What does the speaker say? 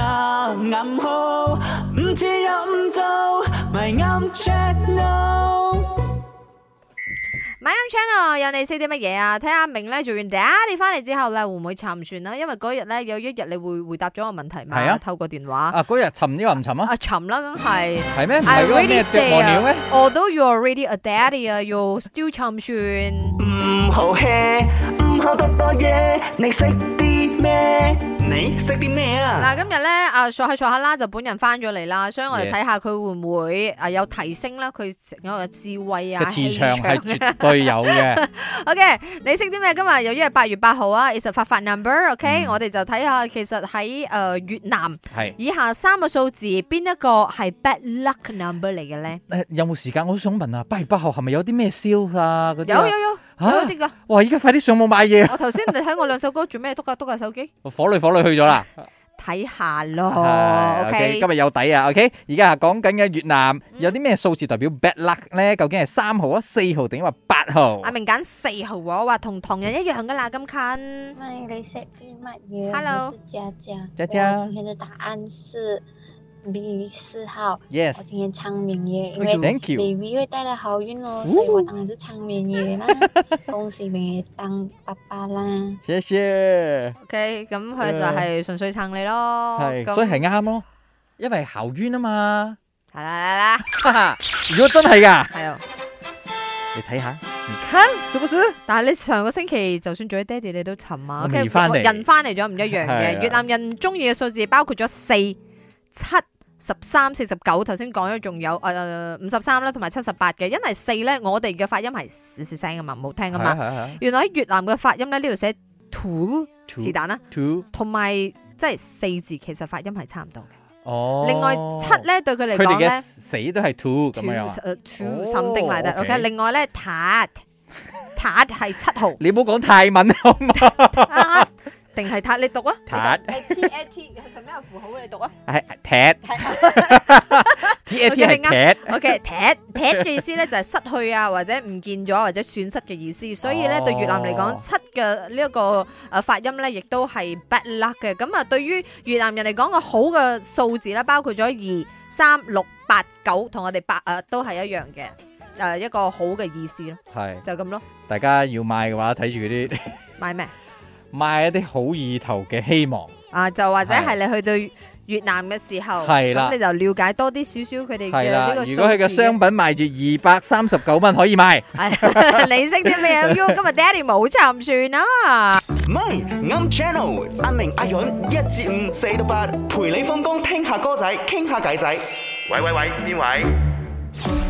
暗號，唔似又唔做，咪啱 check no。 My Own Channel 有你識啲乜嘢啊？睇下阿明咧做完 Daddy 翻嚟之後咧，會唔會沉船啦？因為嗰日咧有一日你會回答咗我問題嘛？係啊透過電話啊，嗰日沉呢個唔沉啊？啊沉啦，梗係。係咩？I 唔係嗰個 already 咩啄 say 磨鳥啊咩？ ，although you already a daddy 啊，you still 沉船。唔好 hea，唔好得多嘢，你識啲咩？你識啲咩啊？嗱，今日咧啊，傻下傻下啦，就本人翻咗嚟啦，所以我哋嗯 Yes 睇下佢會唔會啊有提升啦，佢成個嘅智慧啊，個磁 場係氣絕對有 嘅， OK，你識啲咩？今日由於係八月八號啊，其實發發 number，OK，、我嗯哋就睇下其實喺诶、呃越南係。以下三個數字邊一個係 bad luck number 嚟嘅咧？誒有冇時間？我好想問啊，八月八號係咪有啲咩 sale 啊？嗰啲有啊有有有嚇啲噶，哇！依家快啲上網買嘢啊！我頭先你睇我兩首歌做咩？篤下篤下啊手 機火女火女去咗啦。睇下咯係，OK。今日有底啊！OK，而家係講緊嘅越南有啲咩數字代表 bad luck 咧？究竟係三號啊、四號定話八號？阿明揀四號喎，我話同唐人一樣噶啦，咁近。麦雷塞蒂麦耶 Hello 我是佳佳。佳佳我今天的答案是 B 四号。我 Yes，今天唱绵耶，因哎为呦 Thank you baby 会带来好运哦，所以我当然是唱绵耶 啦。恭喜绵耶当爸爸啦！謝謝。 OK，咁佢就係純粹撐你咯。係，咁所以係啱咯，因為校冤啊嘛。係啦啦啦，哈哈，如果真係㗎，係啊。你睇下，哼是不是？但係你上個星期就算做咗爹哋，你都沉啊。我 OK，未返嚟人翻嚟咗唔一樣係嘅。啊越南人中意嘅數字包括咗四、七、十三、四十九，頭先講咗，仲有誒五十三啦，同埋七十八嘅。因為四咧，我哋嘅發音係嘶嘶聲噶嘛，冇聽噶係啊嘛。係係原來喺越南嘅發音咧，呢度寫 two 土是但啦， ，two 同埋即係四字其實發音係差唔多嘅。哦。另外七，咧對佢嚟佢哋講呃嘅咧。死都係 two 咁 two 樣啊。誒 two 哦 something 嚟得 OK。 OK 另外咧塔塔係七號你唔好講泰文啊好嘛？塔定係塔？你讀啊塔你讀 AT AT 係咩符號？你讀啊係踢 ，T A T 我記得係踢。 ？OK，踢踢嘅意思咧就係失去啊，或者唔見咗，或者損失嘅意思。所以咧哦對越南嚟講，七嘅呢一個誒發音咧，亦都係 bad luck 嘅。咁啊，對於越南人嚟講，個好嘅數字咧，包括咗二、三、六、八、九，同我哋八誒都係一樣嘅誒一個好嘅意思咯，係，就咁咯。大家要買嘅話，睇住嗰啲 買咩？買一啲好意頭嘅希望。啊，就或者係係你去到越南嘅時候，係啦咁你就了解多啲少少佢哋係嘅呢啦個，如果佢嘅數字 商品賣住二百三十九蚊可以買。係你識啲咩啊？喲今日 Daddy 冇沉船啊！唔係啱 channel，阿明阿允一至五四到八，陪你放工聽下歌仔，傾下偈仔。喂喂喂，邊位？